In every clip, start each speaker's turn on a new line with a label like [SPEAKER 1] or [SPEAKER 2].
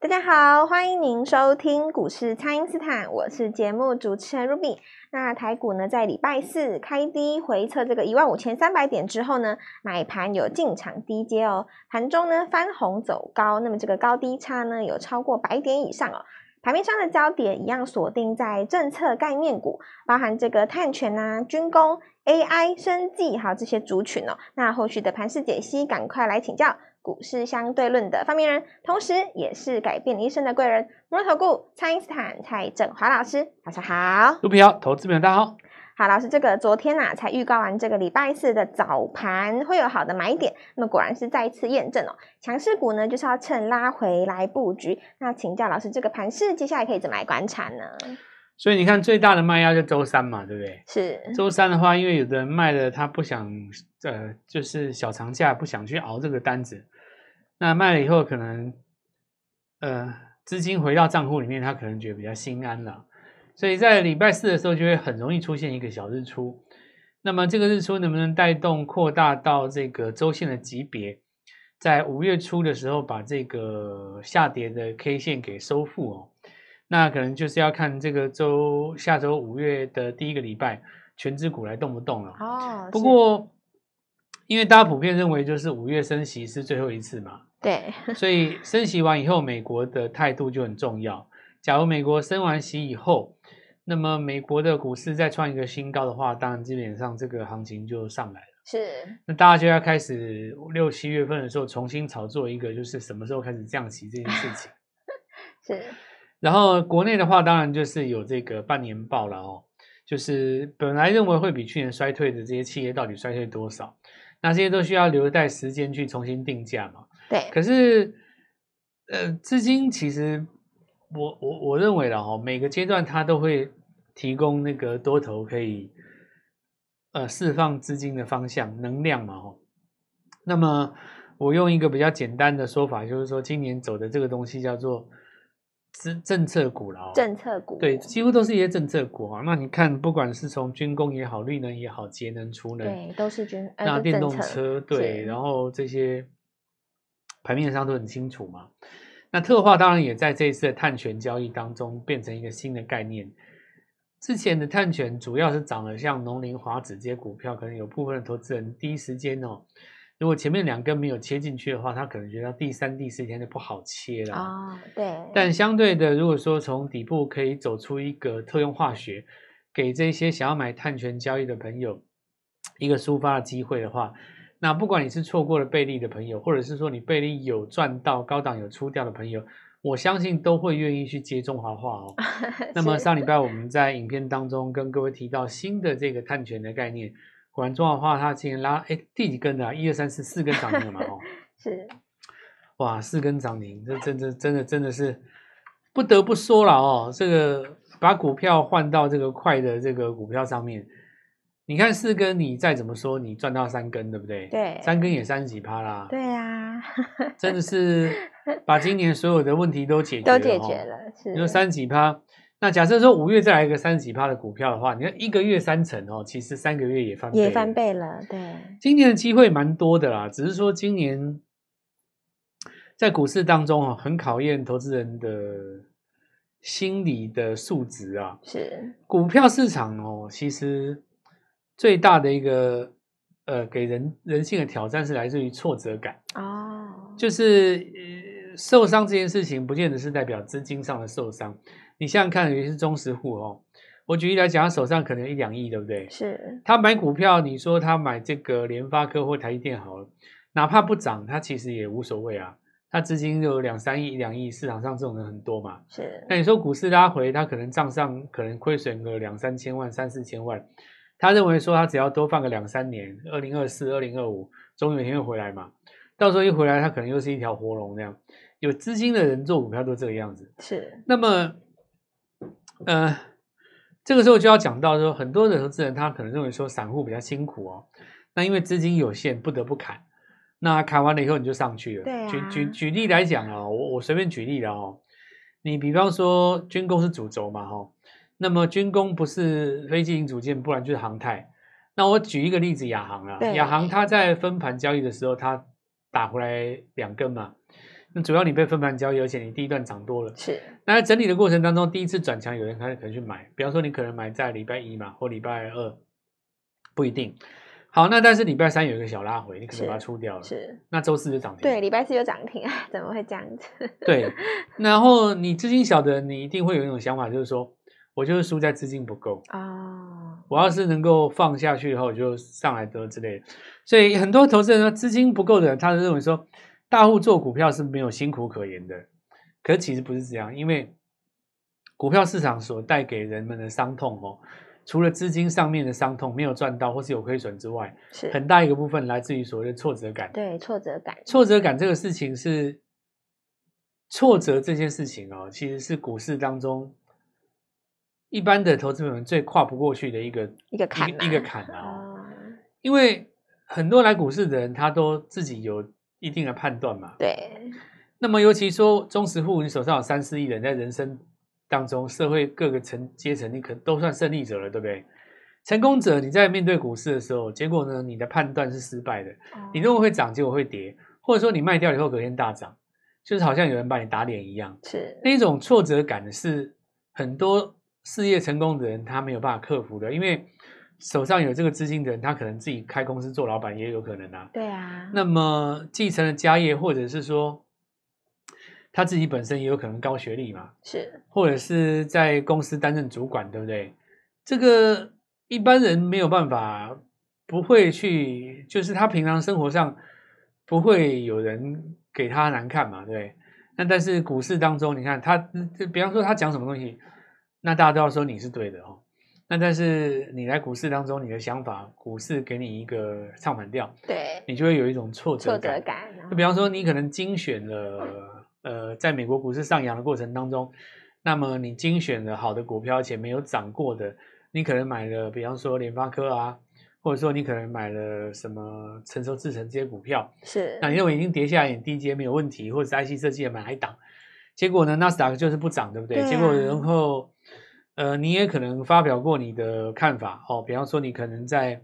[SPEAKER 1] 大家好，欢迎您收听股市蔡因斯坦，我是节目主持人 Ruby。那台股呢，在礼拜四开低回测这个一万五千三百点之后呢，买盘有进场低接哦，盘中呢翻红走高，那么这个高低差呢有超过百点以上哦。盘面上的焦点一样锁定在政策概念股，包含这个碳权啊、军工、AI、生技，还有这些族群哦。那后续的盘势解析，赶快来请教股市相对论的发明人，同时也是改变你一生的贵人——摩头顾蔡因斯坦蔡振华老师，早上好。
[SPEAKER 2] 卢平瑶，投资朋友大家好。
[SPEAKER 1] 好，老师，这个昨天呐、才预告完这个礼拜四的早盘会有好的买点，那么果然是再一次验证哦。强势股呢，就是要趁拉回来布局。那请教老师，这个盘势接下来可以怎么来观察呢？
[SPEAKER 2] 所以你看，最大的卖压就周三嘛，对不对？
[SPEAKER 1] 是，
[SPEAKER 2] 周三的话，因为有的人卖了，他不想，呃，就是小长假不想去熬这个单子，那卖了以后可能，呃，资金回到账户里面，他可能觉得比较心安了，所以在礼拜四的时候就会很容易出现一个小日出。那么这个日出能不能带动扩大到这个周线的级别，在五月初的时候把这个下跌的 K 线给收复哦？那可能就是要看这个周下周五月的第一个礼拜，全指股来动不动了。
[SPEAKER 1] 哦
[SPEAKER 2] 不
[SPEAKER 1] 是
[SPEAKER 2] 过，因为大家普遍认为就是五月升息是最后一次嘛，
[SPEAKER 1] 对，
[SPEAKER 2] 所以升息完以后，美国的态度就很重要。假如美国升完息以后，那么美国的股市再创一个新高的话，当然基本上这个行情就上来了。
[SPEAKER 1] 是，
[SPEAKER 2] 那大家就要开始六七月份的时候重新炒作一个，就是什么时候开始降息这件事情。
[SPEAKER 1] 是，
[SPEAKER 2] 然后国内的话，当然就是有这个半年报了哦，就是本来认为会比去年衰退的这些企业到底衰退多少，那这些都需要留待时间去重新定价嘛。
[SPEAKER 1] 对，
[SPEAKER 2] 可是，呃，资金其实我我我认为了哈、哦，每个阶段它都会提供那个多头可以呃释放资金的方向能量嘛哦。那么我用一个比较简单的说法，就是说今年走的这个东西叫做政政策股了哦。
[SPEAKER 1] 政策股，
[SPEAKER 2] 对，几乎都是一些政策股啊。那你看，不管是从军工也好，绿能也好，节能、储能，
[SPEAKER 1] 对都是军呃
[SPEAKER 2] 那
[SPEAKER 1] 都
[SPEAKER 2] 电
[SPEAKER 1] 政
[SPEAKER 2] 动
[SPEAKER 1] 策
[SPEAKER 2] 车，对，
[SPEAKER 1] 是
[SPEAKER 2] 然后这些盘面上都很清楚嘛。那特化当然也在这一次的碳权交易当中变成一个新的概念。之前的碳权主要是涨了像农林、华子这些股票，可能有部分的投资人第一时间哦，如果前面两根没有切进去的话，他可能觉得第三、第四天就不好切了。啊
[SPEAKER 1] 哦，对，
[SPEAKER 2] 但相对的，如果说从底部可以走出一个特用化学，给这些想要买碳权交易的朋友一个抒发的机会的话，那不管你是错过了贝利的朋友，或者是说你贝利有赚到高档有出掉的朋友，我相信都会愿意去接中华化 哦。那么
[SPEAKER 1] 是
[SPEAKER 2] 上礼拜我们在影片当中跟各位提到新的这个碳权的概念，果然中华化它今天拉哎第几根的、啊？一二三四四根涨停了嘛哦。
[SPEAKER 1] 是
[SPEAKER 2] 哇，四根涨停，这真真真的真的是不得不说了哦。这个把股票换到这个快的这个股票上面，你看四根，你再怎么说，你赚到三根，对不对？
[SPEAKER 1] 对
[SPEAKER 2] 三根也三十几趴啦，
[SPEAKER 1] 对啊，
[SPEAKER 2] 真的是把今年所有的问题都解决
[SPEAKER 1] 都
[SPEAKER 2] 了、哦
[SPEAKER 1] 解决。了，嗯是
[SPEAKER 2] 你说三十几趴，那假设说五月再来一个三十几趴的股票的话，你看一个月三成哦，其实三个月也翻倍
[SPEAKER 1] 也
[SPEAKER 2] 了
[SPEAKER 1] 翻倍了，对，
[SPEAKER 2] 今年的机会蛮多的啦，只是说今年在股市当中啊，很考验投资人的心理的素质啊。
[SPEAKER 1] 是
[SPEAKER 2] 股票市场哦，其实最大的一个呃给人人性的挑战是来自于挫折感，
[SPEAKER 1] 哦，
[SPEAKER 2] 就是、呃、受伤这件事情，不见得是代表资金上的受伤。你想想看，尤其是中实户哦，我举例来讲，他手上可能有一两亿，对不对？
[SPEAKER 1] 是
[SPEAKER 2] 他买股票，你说他买这个联发科或台积电好了，哪怕不涨，他其实也无所谓啊。他资金就有两三亿、一两亿，市场上这种人很多嘛。
[SPEAKER 1] 是
[SPEAKER 2] 那你说股市拉回，他可能账上可能亏损个两三千万、三四千万，他认为说他只要多放个两三年，二零二四、二零二五，总有一天会回来嘛。到时候一回来，他可能又是一条活龙那样。有资金的人做股票都这个样子。
[SPEAKER 1] 是
[SPEAKER 2] 那么，呃，这个时候就要讲到说，很多的投资人他可能认为说散户比较辛苦哦，那因为资金有限，不得不砍。那砍完了以后你就上去了。
[SPEAKER 1] 对啊
[SPEAKER 2] 举举举例来讲啊，我我随便举例了哦。你比方说军工是主轴嘛哈、哦，那么军工不是飞机零组件，不然就是航太。那我举一个例子，亚航啊，
[SPEAKER 1] 对
[SPEAKER 2] 亚航它在分盘交易的时候，它打回来两根嘛，那主要你被分盘交易，而且你第一段涨多了。
[SPEAKER 1] 是
[SPEAKER 2] 那在整理的过程当中，第一次转强，有人开始可能去买，比方说你可能买在礼拜一嘛，或礼拜二，不一定。好，那但是礼拜三有一个小拉回，你可能把它
[SPEAKER 1] 是
[SPEAKER 2] 出掉了。
[SPEAKER 1] 是，
[SPEAKER 2] 那周四就涨停。
[SPEAKER 1] 对，礼拜四有涨停，哎，怎么会这样子？
[SPEAKER 2] 对，然后你资金小的，你一定会有一种想法，就是说我就是输在资金不够，
[SPEAKER 1] 哦，
[SPEAKER 2] 我要是能够放下去以后，我就上来得之类的。所以很多投资人说资金不够的人，他就认为说大户做股票是没有辛苦可言的，可其实不是这样，因为股票市场所带给人们的伤痛哦，除了资金上面的伤痛没有赚到或是有亏损之外，
[SPEAKER 1] 是
[SPEAKER 2] 很大一个部分来自于所谓的挫折感。
[SPEAKER 1] 对挫折感，
[SPEAKER 2] 挫折感这个事情是挫折这件事情哦，其实是股市当中一般的投资者们最跨不过去的一个
[SPEAKER 1] 一个坎
[SPEAKER 2] 一个一个
[SPEAKER 1] 嘛
[SPEAKER 2] 坎啊、哦。
[SPEAKER 1] 哦，
[SPEAKER 2] 因为很多来股市的人，他都自己有一定的判断嘛。
[SPEAKER 1] 对，
[SPEAKER 2] 那么尤其说中实户，你手上有三四亿人，在人生当中，社会各个层阶层，你可都算胜利者了，对不对？成功者，你在面对股市的时候，结果呢，你的判断是失败的。你认
[SPEAKER 1] 哦
[SPEAKER 2] 为会涨，结果会跌，或者说你卖掉以后隔天大涨，就是好像有人把你打脸一样。
[SPEAKER 1] 是
[SPEAKER 2] 那一种挫折感是很多事业成功的人他没有办法克服的，因为手上有这个资金的人，他可能自己开公司做老板也有可能啊。
[SPEAKER 1] 对啊，
[SPEAKER 2] 那么继承了家业，或者是说他自己本身也有可能高学历嘛，
[SPEAKER 1] 是
[SPEAKER 2] 或者是在公司担任主管，对不对？这个一般人没有办法，不会去，就是他平常生活上不会有人给他难看嘛，对不对。那但是股市当中，你看他，这比方说他讲什么东西，那大家都要说你是对的哦。那但是你来股市当中，你的想法，股市给你一个唱反调，
[SPEAKER 1] 对
[SPEAKER 2] 你就会有一种挫折
[SPEAKER 1] 挫
[SPEAKER 2] 感。
[SPEAKER 1] 折感，然
[SPEAKER 2] 就
[SPEAKER 1] 后
[SPEAKER 2] 比方说，你可能精选了，呃，在美国股市上扬的过程当中，那么你精选了好的股票，而且没有涨过的，你可能买了，比方说联发科啊，或者说你可能买了什么成熟制成这些股票，
[SPEAKER 1] 是
[SPEAKER 2] 那你认为已经跌下来，你低阶没有问题，或者是 IC 设计也买一档，结果呢，纳斯达克就是不涨，对不对？
[SPEAKER 1] 对啊
[SPEAKER 2] 结果然后，呃，你也可能发表过你的看法哦，比方说你可能在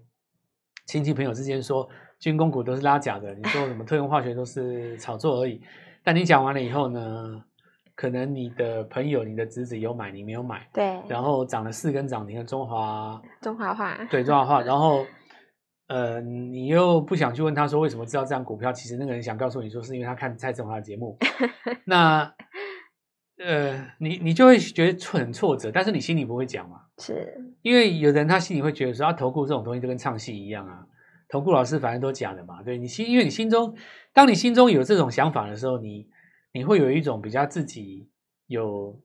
[SPEAKER 2] 亲戚朋友之间说军工股都是拉假的，你说什么特用化学都是炒作而已，但你讲完了以后呢，可能你的朋友、你的侄子有买，你没有买，
[SPEAKER 1] 对
[SPEAKER 2] 然后涨了四根涨停的中华
[SPEAKER 1] 中华话，
[SPEAKER 2] 对，中华化，然后呃，你又不想去问他说为什么知道这样股票，其实那个人想告诉你说是因为他看蔡振华的节目，那呃，你你就会觉得很挫折，但是你心里不会讲嘛，
[SPEAKER 1] 是
[SPEAKER 2] 因为有的人他心里会觉得说，他啊投顾这种东西就跟唱戏一样啊，投顾老师反正都假的嘛，对你心，因为你心中，当你心中有这种想法的时候，你你会有一种比较自己有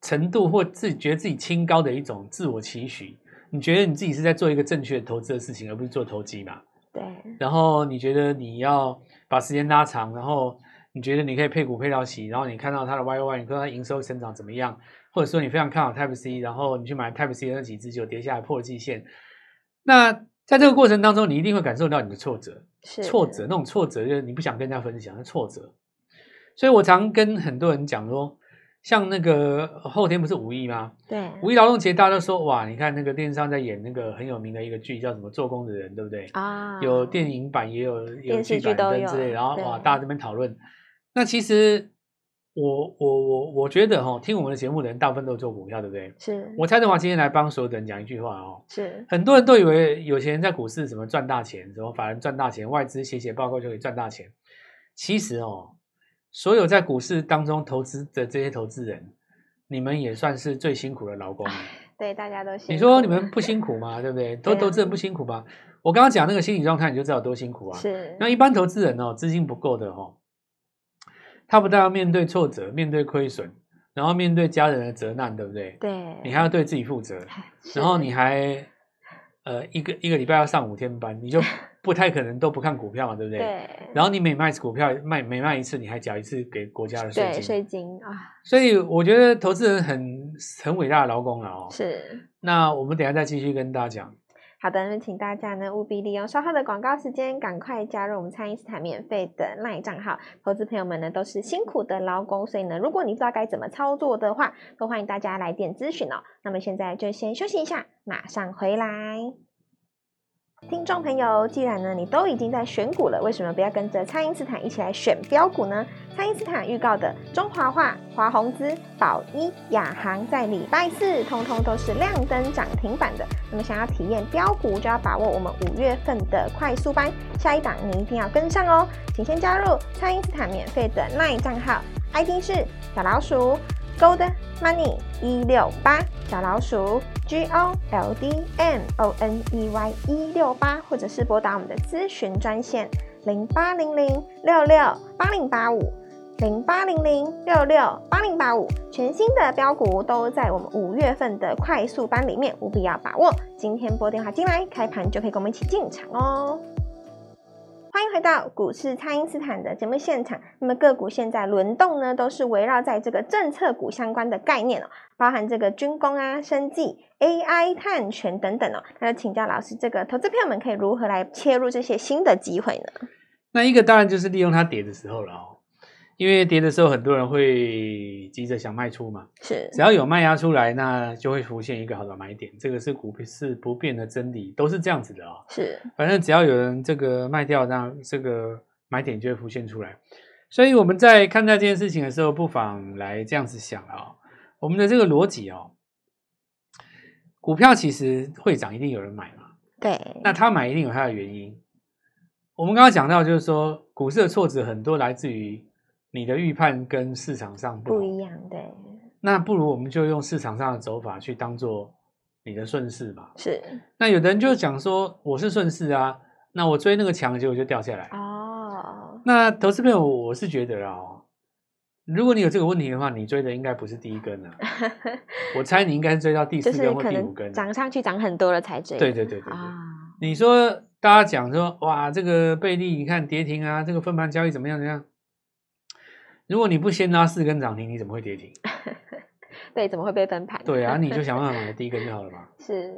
[SPEAKER 2] 程度或自己觉得自己清高的一种自我期许，你觉得你自己是在做一个正确的投资的事情，而不是做投机嘛，
[SPEAKER 1] 对
[SPEAKER 2] 然后你觉得你要把时间拉长，然后你觉得你可以配股配到齐，然后你看到它的 YOY，你看到它营收成长怎么样，或者说你非常看好 Type C，然后你去买 Type C 的那几只就跌下来破季线，那在这个过程当中，你一定会感受到你的挫折，
[SPEAKER 1] 是
[SPEAKER 2] 挫折，那种挫折就是你不想跟人家分享的挫折。所以我常跟很多人讲说，像那个后天不是五一吗？
[SPEAKER 1] 对
[SPEAKER 2] 五一劳动节大家都说哇，你看那个电视上在演那个很有名的一个剧叫什么《做工的人》，对不对？
[SPEAKER 1] 啊，
[SPEAKER 2] 有电影版，也有有
[SPEAKER 1] 电视
[SPEAKER 2] 剧
[SPEAKER 1] 剧
[SPEAKER 2] 版
[SPEAKER 1] 都
[SPEAKER 2] 等之类
[SPEAKER 1] 有
[SPEAKER 2] 的，然后哇，
[SPEAKER 1] 对
[SPEAKER 2] 大家这边讨论。那其实我我我我觉得哈、哦，听我们的节目的人大部分都有做股票，对不对？
[SPEAKER 1] 是
[SPEAKER 2] 我蔡振华今天来帮所有的人讲一句话哦，
[SPEAKER 1] 是
[SPEAKER 2] 很多人都以为有钱人在股市什么赚大钱，什么法人赚大钱，外资写写报告就可以赚大钱。其实哦，所有在股市当中投资的这些投资人，你们也算是最辛苦的劳工了。
[SPEAKER 1] 对大家都
[SPEAKER 2] 你
[SPEAKER 1] 辛
[SPEAKER 2] 说
[SPEAKER 1] 苦
[SPEAKER 2] 你们不辛苦吗？对不对？投
[SPEAKER 1] 对啊
[SPEAKER 2] 投资人不辛苦吗？我刚刚讲那个心理状态，你就知道有多辛苦啊。
[SPEAKER 1] 是
[SPEAKER 2] 那一般投资人哦，资金不够的哦，他不但要面对挫折，面对亏损，然后面对家人的责难，对不对？
[SPEAKER 1] 对，
[SPEAKER 2] 你还要对自己负责，
[SPEAKER 1] 是
[SPEAKER 2] 然后你还呃一个一个礼拜要上五天班，你就不太可能都不看股票嘛，对不对？
[SPEAKER 1] 对
[SPEAKER 2] 然后你每卖股票卖每卖一次，你还缴一次给国家的税
[SPEAKER 1] 对
[SPEAKER 2] 金，
[SPEAKER 1] 税金啊
[SPEAKER 2] 所以我觉得投资人很很伟大的劳工了哦。
[SPEAKER 1] 是。
[SPEAKER 2] 那我们等一下再继续跟大家讲。
[SPEAKER 1] 好的，那请大家呢务必利用稍后的广告时间，赶快加入我们蔡因斯坦免费的 LINE 账号。投资朋友们呢都是辛苦的劳工，所以呢，如果你不知道该怎么操作的话，都欢迎大家来电咨询哦。那么现在就先休息一下，马上回来。听众朋友，既然呢你都已经在选股了，为什么不要跟着蔡因斯坦一起来选标股呢？蔡因斯坦预告的中华化、华宏资、宝一、亚航在礼拜四通通都是亮灯涨停板的。那么想要体验标股，就要把握我们五月份的快速班，下一档你一定要跟上哦！请先加入蔡因斯坦免费的 LINE 账号，ID 是小老鼠 Gold Money 一六八，小老鼠 G O L D M O N E Y 一六八，或者是拨打我们的咨询专线零八零零六六八零八五。零八零零六六八零八五，全新的标股都在我们五月份的快速班里面，务必要把握。今天拨电话进来，开盘就可以跟我们一起进场哦。欢迎回到股市，蔡因斯坦的节目现场。那么个股现在轮动呢，都是围绕在这个政策股相关的概念哦，包含这个军工啊、生技、AI、碳权等等哦。那就请教老师，这个投资票们可以如何来切入这些新的机会呢？
[SPEAKER 2] 那一个当然就是利用它跌的时候了哦，因为跌的时候很多人会急着想卖出嘛，
[SPEAKER 1] 是
[SPEAKER 2] 只要有卖压出来，那就会浮现一个好的买点，这个是股市不变的真理，都是这样子的哦。
[SPEAKER 1] 是，
[SPEAKER 2] 反正只要有人这个卖掉，那这个买点就会浮现出来。所以我们在看待这件事情的时候，不妨来这样子想啊、哦，我们的这个逻辑哦，股票其实会涨，一定有人买嘛，
[SPEAKER 1] 对，
[SPEAKER 2] 那他买一定有他的原因。我们刚刚讲到，就是说股市的挫折很多来自于你的预判跟市场上不
[SPEAKER 1] 不
[SPEAKER 2] 同
[SPEAKER 1] 一样，对，
[SPEAKER 2] 那不如我们就用市场上的走法去当做你的顺势吧。
[SPEAKER 1] 是哦
[SPEAKER 2] 那有的人就讲说我是顺势啊，那我追那个强，结果就掉下
[SPEAKER 1] 啊
[SPEAKER 2] 来。
[SPEAKER 1] 哦，
[SPEAKER 2] 那投资朋友，我是觉得啦哦，如果你有这个问题的话，你追的应该不是第一 根啊，我猜你应该是追到第
[SPEAKER 1] 就
[SPEAKER 2] 四
[SPEAKER 1] 是
[SPEAKER 2] 根或
[SPEAKER 1] 可
[SPEAKER 2] 第五根
[SPEAKER 1] 能
[SPEAKER 2] 啊、
[SPEAKER 1] 涨上去涨很多了才这样。
[SPEAKER 2] 对对对对对。
[SPEAKER 1] 啊，
[SPEAKER 2] 你说大家讲说哇，这个贝利你看跌停啊，这个分盘交易怎么样怎么样？如果你不先拉四根涨停，你怎么会跌停？
[SPEAKER 1] 对，怎么会被分盘？
[SPEAKER 2] 对啊，你就想办法买第一根就好了嘛。
[SPEAKER 1] 是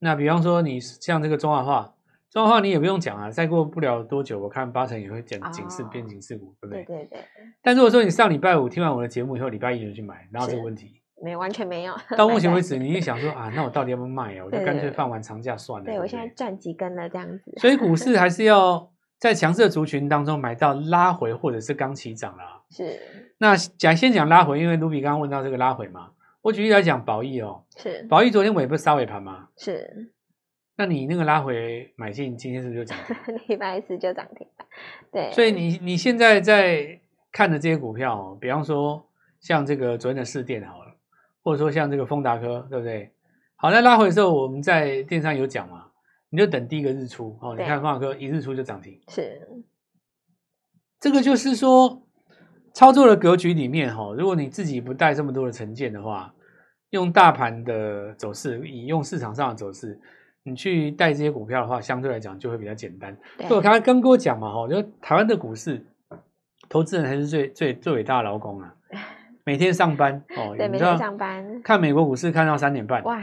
[SPEAKER 2] 那比方说你像这个中华化，中华化你也不用讲啊，再过不了多久，我看八成也会讲
[SPEAKER 1] 哦
[SPEAKER 2] 警示变警示股，对不对？
[SPEAKER 1] 对对对，
[SPEAKER 2] 但如果说你上礼拜五听完我的节目以后，礼拜一就去买，然后这个
[SPEAKER 1] 是
[SPEAKER 2] 问题，
[SPEAKER 1] 没有完全没有。
[SPEAKER 2] 到目前为
[SPEAKER 1] 止，
[SPEAKER 2] 止你也想说啊，那我到底要不要卖啊？我就
[SPEAKER 1] 对
[SPEAKER 2] 干
[SPEAKER 1] 对
[SPEAKER 2] 脆
[SPEAKER 1] 对
[SPEAKER 2] 放完长假算了。
[SPEAKER 1] 对
[SPEAKER 2] 不
[SPEAKER 1] 我现在赚几根了这样子。
[SPEAKER 2] 所以股市还是要在强势的族群当中买到拉回或者是刚起涨啦。
[SPEAKER 1] 是
[SPEAKER 2] 那讲先讲拉回，因为卢比刚刚问到这个拉回嘛，我举例来讲宝益哦，
[SPEAKER 1] 是
[SPEAKER 2] 宝益昨天尾不是杀尾盘吗？
[SPEAKER 1] 是，
[SPEAKER 2] 那你那个拉回买进，今天是不是就涨停？
[SPEAKER 1] 礼拜四就涨停板。对，
[SPEAKER 2] 所以你你现在在看的这些股票、哦，比方说像这个昨天的市电好了，或者说像这个丰达科，对不对？好，那拉回的时候，我们在电商有讲嘛，你就等第一个日出哦。你
[SPEAKER 1] 对
[SPEAKER 2] 看丰达科一日出就涨停，
[SPEAKER 1] 是
[SPEAKER 2] 这个就是说操作的格局里面哈、哦，如果你自己不带这么多的成见的话，用大盘的走势，以用市场上的走势，你去带这些股票的话，相对来讲就会比较简单。
[SPEAKER 1] 对
[SPEAKER 2] 所以我刚刚跟各位讲嘛，哈，就台湾的股市，投资人还是最最最伟大的劳工 啊，每天上班哦，
[SPEAKER 1] 对，
[SPEAKER 2] 你
[SPEAKER 1] 每
[SPEAKER 2] 知道
[SPEAKER 1] 天上班。
[SPEAKER 2] 看美国股市看到三点半，
[SPEAKER 1] 哇，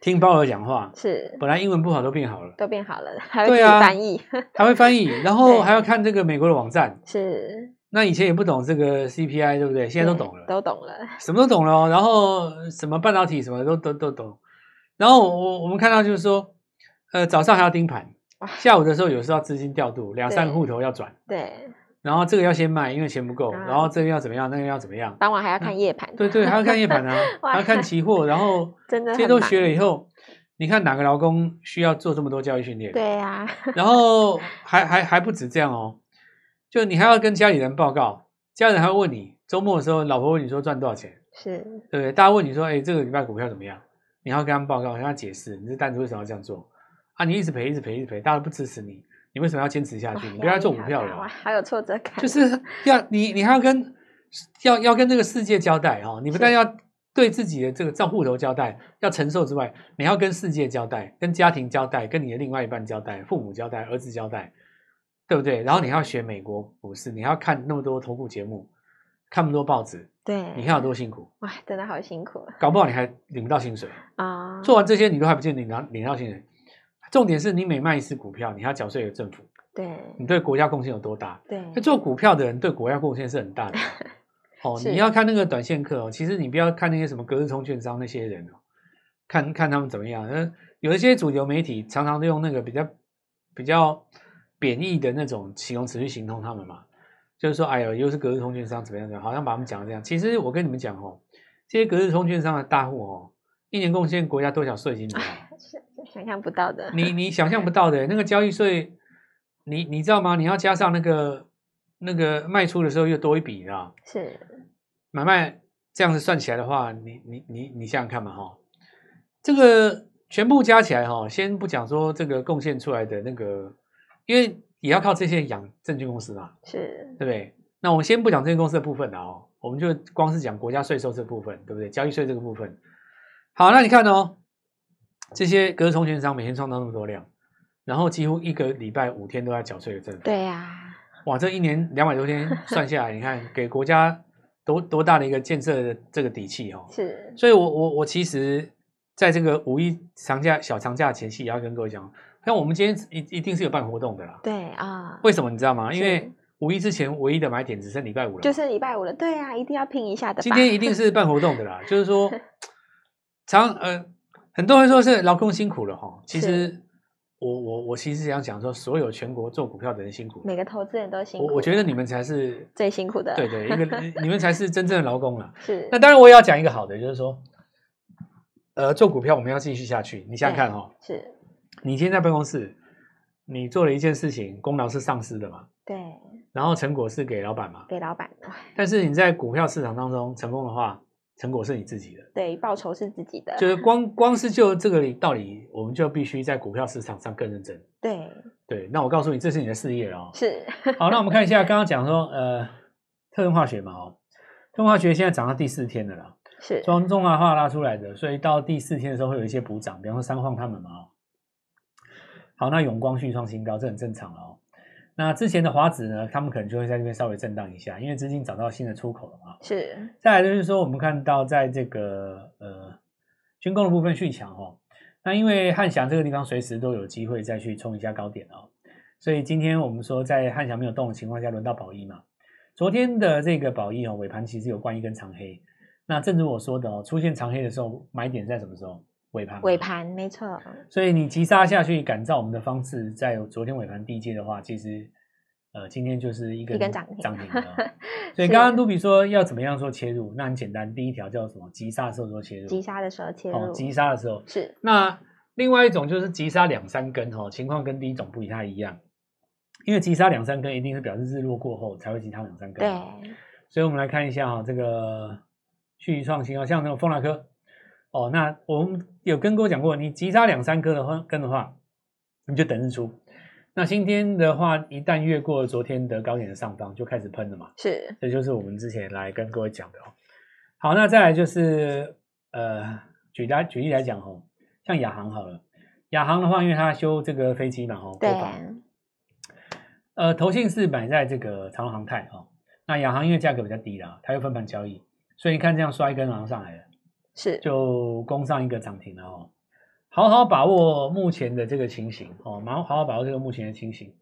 [SPEAKER 2] 听鲍尔讲话，
[SPEAKER 1] 是
[SPEAKER 2] 本来英文不好都变好了，
[SPEAKER 1] 都变好了，还会
[SPEAKER 2] 对
[SPEAKER 1] 自己
[SPEAKER 2] 啊
[SPEAKER 1] 翻译。
[SPEAKER 2] 还会翻译，然
[SPEAKER 1] 对
[SPEAKER 2] 后还要看这个美国的网站。
[SPEAKER 1] 是，
[SPEAKER 2] 那以前也不懂这个 CPI，对不对？现在都
[SPEAKER 1] 对
[SPEAKER 2] 懂了，
[SPEAKER 1] 都懂了。
[SPEAKER 2] 什么都懂了哦。然后什么半导体什么都都都懂。然后我我我们看到就是说，呃，早上还要盯盘
[SPEAKER 1] 哇，
[SPEAKER 2] 下午的时候有时候要资金调度，两三个
[SPEAKER 1] 对
[SPEAKER 2] 户头要转。
[SPEAKER 1] 对，
[SPEAKER 2] 然后这个要先卖，因为钱不够，
[SPEAKER 1] 啊
[SPEAKER 2] 然后这个要怎么样，那个要怎么样，
[SPEAKER 1] 傍晚还要看夜盘。，
[SPEAKER 2] 嗯对对，还要看夜盘啊
[SPEAKER 1] 哇
[SPEAKER 2] 还要看期货，然后
[SPEAKER 1] 真的
[SPEAKER 2] 这些
[SPEAKER 1] 很
[SPEAKER 2] 都
[SPEAKER 1] 忙
[SPEAKER 2] 学了以后，你看哪个劳工需要做这么多教育训练？，
[SPEAKER 1] 对啊，
[SPEAKER 2] 然后还还还不止这样哦，就你还要跟家里人报告，家人还会问你，周末的时候，老婆问你说赚多少钱，
[SPEAKER 1] 是
[SPEAKER 2] 对不对？大家问你说，哎，这个礼拜股票怎么样？你还要跟他们报告，跟他解释，你这单子为什么要这样做啊？你一直赔，一直赔，一直赔，大家都不支持你，你为什么要坚持下
[SPEAKER 1] 哇
[SPEAKER 2] 去？你不
[SPEAKER 1] 压
[SPEAKER 2] 要再
[SPEAKER 1] 力
[SPEAKER 2] 做股
[SPEAKER 1] 好
[SPEAKER 2] 票
[SPEAKER 1] 大
[SPEAKER 2] 了
[SPEAKER 1] 哇
[SPEAKER 2] 哦。
[SPEAKER 1] 还有挫折感，
[SPEAKER 2] 就是要你你还要跟要要跟这个世界交代哦，你不但要对自己的这个账户头交代，要承受之外，你还要跟世界交代，跟家庭交代，跟你的另外一半交代，父母交代，儿子交代，对不对？然后你还要学美国股市，你还要看那么多投顾节目，看那么多报纸，
[SPEAKER 1] 对，
[SPEAKER 2] 你看有多辛苦，
[SPEAKER 1] 哇，真的好辛苦
[SPEAKER 2] 搞不好你还领不到薪水。
[SPEAKER 1] 啊！
[SPEAKER 2] 做完这些，你都还不见得领到领到薪水。重点是你每卖一次股票，你还要缴税给政府，
[SPEAKER 1] 对
[SPEAKER 2] 你对国家贡献有多大？
[SPEAKER 1] 对
[SPEAKER 2] 那做股票的人对国家贡献是很大的。哦，
[SPEAKER 1] 是
[SPEAKER 2] 你要看那个短线客哦，其实你不要看那些什么隔日冲券商那些人哦，看看他们怎么样。那有一些主流媒体常常都用那个比较比较贬义的那种形容词去形容他们嘛，就是说，哎呦，又是隔日通券商怎么样怎么样，好像把他们讲的这样。其实我跟你们讲哦，这些隔日通券商的大户哦，一年贡献国家多少税金？你知道哦吗
[SPEAKER 1] 是想象不到 的。
[SPEAKER 2] 你你想象不到的那个交易税，你你知道吗？你要加上那个那个卖出的时候又多一笔啊，
[SPEAKER 1] 是
[SPEAKER 2] 买卖这样子算起来的话，你你你你想想看嘛哈、这个全部加起来哈、先不讲说这个贡献出来的那个，因为也要靠这些养证券公司嘛，
[SPEAKER 1] 是
[SPEAKER 2] 对不对？那我们先不讲证券公司的部分了哦，我们就光是讲国家税收这部分，对不对？交易税这个部分。好，那你看哦，这些隔日通讯商每天创造那么多量，然后几乎一个礼拜五天都在缴税的政府。
[SPEAKER 1] 对呀、
[SPEAKER 2] 哇，这一年两百多天算下来，你看给国家多多大的一个建设的这个底气哦。
[SPEAKER 1] 是
[SPEAKER 2] 所以我我我其实在这个五一长假小长假前夕，也要跟各位讲，像我们今天一一定是有办活动的啦。
[SPEAKER 1] 对啊，
[SPEAKER 2] 为什么你知道吗？因
[SPEAKER 1] 是
[SPEAKER 2] 为五一之前唯一的买点只剩礼拜五了嘛，
[SPEAKER 1] 就剩礼拜五了，对啊，一定要拼一下的吧。
[SPEAKER 2] 今天一定是办活动的啦。就是说，常呃，很多人说是劳工辛苦了哈，其实我我我其实想讲说，所有全国做股票的人辛苦，
[SPEAKER 1] 每个投资人都辛苦，
[SPEAKER 2] 我我觉得你们才 是
[SPEAKER 1] 最辛苦的
[SPEAKER 2] 对对，一个你们才是真正的劳工啦。
[SPEAKER 1] 是
[SPEAKER 2] 那当然，我也要讲一个好的，就是说，呃，做股票我们要继续下去。你想想看哈、哦，
[SPEAKER 1] 是，
[SPEAKER 2] 你今天在办公室，你做了一件事情，功劳是上司的嘛，
[SPEAKER 1] 对，
[SPEAKER 2] 然后成果是给老板嘛。
[SPEAKER 1] 给老板，
[SPEAKER 2] 但是你在股票市场当中成功的话，成果是你自己的。
[SPEAKER 1] 对，报酬是自己 的，
[SPEAKER 2] 就是光光是就这个道理，我们就必须在股票市场上更认真。
[SPEAKER 1] 对，
[SPEAKER 2] 对，那我告诉你，这是你的事 业了哦。
[SPEAKER 1] 是
[SPEAKER 2] 好，那我们看一下刚刚讲说，呃，特润化学嘛，哦，特润化学现在涨到第四天了啦。
[SPEAKER 1] 是
[SPEAKER 2] 从中华化拉出来的，所以到第四天的时候会有一些补涨，比方说三晃他们嘛、哦。好，那永光续创新高，这很正常了哦。那之前的华指呢，他们可能就会在这边稍微震荡一下，因为资金找到新的出口了嘛。
[SPEAKER 1] 是，
[SPEAKER 2] 再来就是说，我们看到在这个呃军工的部分续强哦，那因为汉翔这个地方随时都有机会再去冲一下高点哦，所以今天我们说在汉翔没有动的情况下，轮到宝一嘛。昨天的这个宝一哦，尾盘其实有关一根长黑，那正如我说的哦，出现长黑的时候，买点在什么时候？尾盘嘛。
[SPEAKER 1] 尾盘没错，
[SPEAKER 2] 所以你急杀下去，赶照我们的方式，在昨天尾盘低接的话，其实呃今天就是一根
[SPEAKER 1] 一根涨停
[SPEAKER 2] 涨 停了哦。所以刚刚卢比说要怎么样说切入，那很简单，第一条叫什么？急杀的时候说切入，
[SPEAKER 1] 急杀的时候切入，
[SPEAKER 2] 哦，急杀的时候。
[SPEAKER 1] 是
[SPEAKER 2] 那另外一种就是急杀两三根哦，情况跟第一种不太一样，因为急杀两三根一定是表示日落过后才会急杀两三根
[SPEAKER 1] 对
[SPEAKER 2] 嘛。，所以我们来看一下哈、啊这个续创新哦，像那种丰达科哦，那我们有跟各位讲过，你急杀两三颗的话根的话，你就等日出。那今天的话，一旦越过昨天的高点的上方，就开始喷了嘛。
[SPEAKER 1] 是
[SPEAKER 2] 这就是我们之前来跟各位讲的哦。好，那再来就是呃，举来举例来讲哦，像亚航好了，亚航的话，因为它修这个飞机嘛，哦，
[SPEAKER 1] 对
[SPEAKER 2] 国防呃，投信是买在这个长荣航太哦，那亚航因为价格比较低啦，它又分盘交易，所以你看这样刷一根然后上来了，
[SPEAKER 1] 是
[SPEAKER 2] 就攻上一个涨停了哦。好好把握目前的这个情形哦，蛮好好把握这个目前的情形。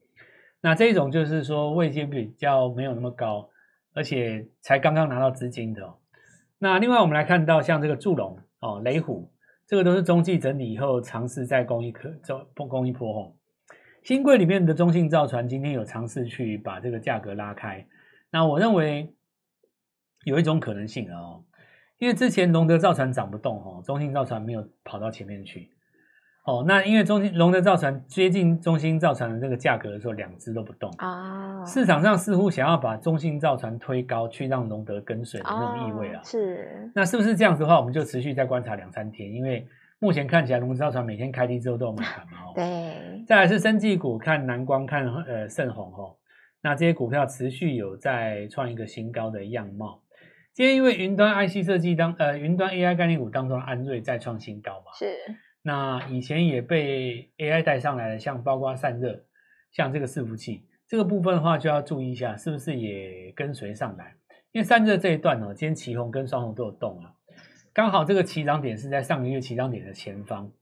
[SPEAKER 2] 那这种就是说位阶比较没有那么高，而且才刚刚拿到资金的、哦。那另外我们来看到像这个祝龙哦、雷虎，这个都是中继整理以后尝试再攻一颗，再攻一波哦。新贵里面的中信造船今天有尝试去把这个价格拉开，那我认为有一种可能性啊哦，因为之前隆德造船涨不动哦，中信造船没有跑到前面去哦，那因为中信隆德造船接近中兴造船的这个价格的时候，两只都不动。
[SPEAKER 1] 啊，
[SPEAKER 2] 市场上似乎想要把中信造船推高，去让隆德跟随的那种意味
[SPEAKER 1] 哦
[SPEAKER 2] 啊。
[SPEAKER 1] 是
[SPEAKER 2] 那是不是这样子的话，我们就持续再观察两三天，因为目前看起来龙造船每天开低之后都有买盘嘛、哦。。
[SPEAKER 1] 对
[SPEAKER 2] 再来是生技股，看南光，看呃盛虹哦。那这些股票持续有在创一个新高的样貌。今天因为云端 IC 设计当呃云端 AI 概念股当中的安瑞再创新高嘛，
[SPEAKER 1] 是
[SPEAKER 2] 那以前也被 AI 带上来的，像包括散热，像这个伺服器这个部分的话，就要注意一下，是不是也跟随上来？因为散热这一段呢、哦，今天旗红跟双红都有动啊，刚好这个起涨点是在上个月起涨点的前方，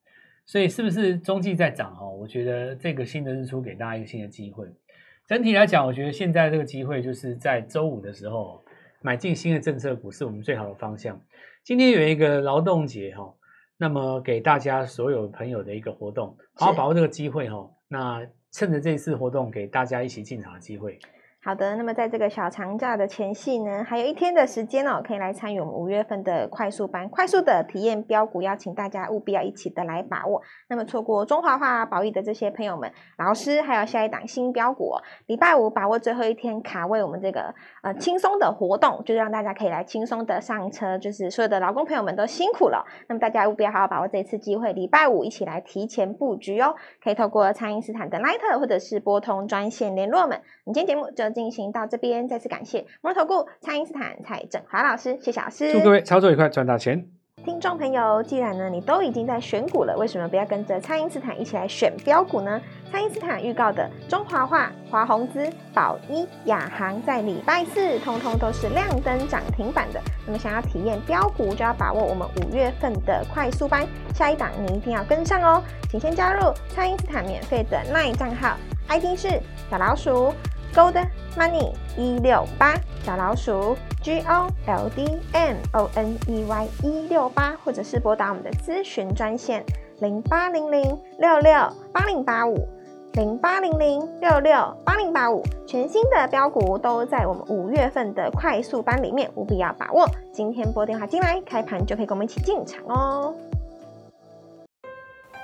[SPEAKER 2] 所以是不是中继在涨哦？我觉得这个新的日出给大家一个新的机会。整体来讲，我觉得现在这个机会就是在周五的时候哦买进新的政策股是我们最好的方向。今天有一个劳动节哈、哦，那么给大家所有朋友的一个活动，好好
[SPEAKER 1] 是
[SPEAKER 2] 把握这个机会哦。那趁着这次活动，给大家一起进场的机会。
[SPEAKER 1] 好的，那么在这个小长假的前夕呢，还有一天的时间哦，可以来参与我们五月份的快速班，快速的体验标股，邀请大家务必要一起的来把握。那么错过中华化保益的这些朋友们，老师还有下一档新标股、哦，礼拜五把握最后一天卡位我们这个呃轻松的活动，就让大家可以来轻松的上车，就是所有的劳工朋友们都辛苦了。那么大家务必要好好把握这一次机会，礼拜五一起来提前布局哦。可以透过蔡因斯坦的 Line 或者是拨通专线联络我们。我们今天节目就进行到这边，再次感谢摩投顾蔡因斯坦蔡振华老师，谢谢老师，
[SPEAKER 2] 祝各位操作愉快，赚大钱！
[SPEAKER 1] 听众朋友，既然呢你都已经在选股了，为什么不要跟着蔡因斯坦一起来选标股呢？蔡因斯坦预告的中华化、华宏资、宝一、亚航在礼拜四通通都是亮灯涨停板的。那么想要体验标股，就要把握我们五月份的快速班，下一档你一定要跟上哦！请先加入蔡因斯坦免费的 LINE 账号，ID 是小老鼠 Gold Money 一六八小老鼠 G O L D M O N E Y 一六八，或者是拨打我们的咨询专线零八零零六六八零八五零八零零六六八零八五，全新的标股都在我们五月份的快速班里面，务必要把握。今天拨电话进来，开盘就可以跟我们一起进场哦。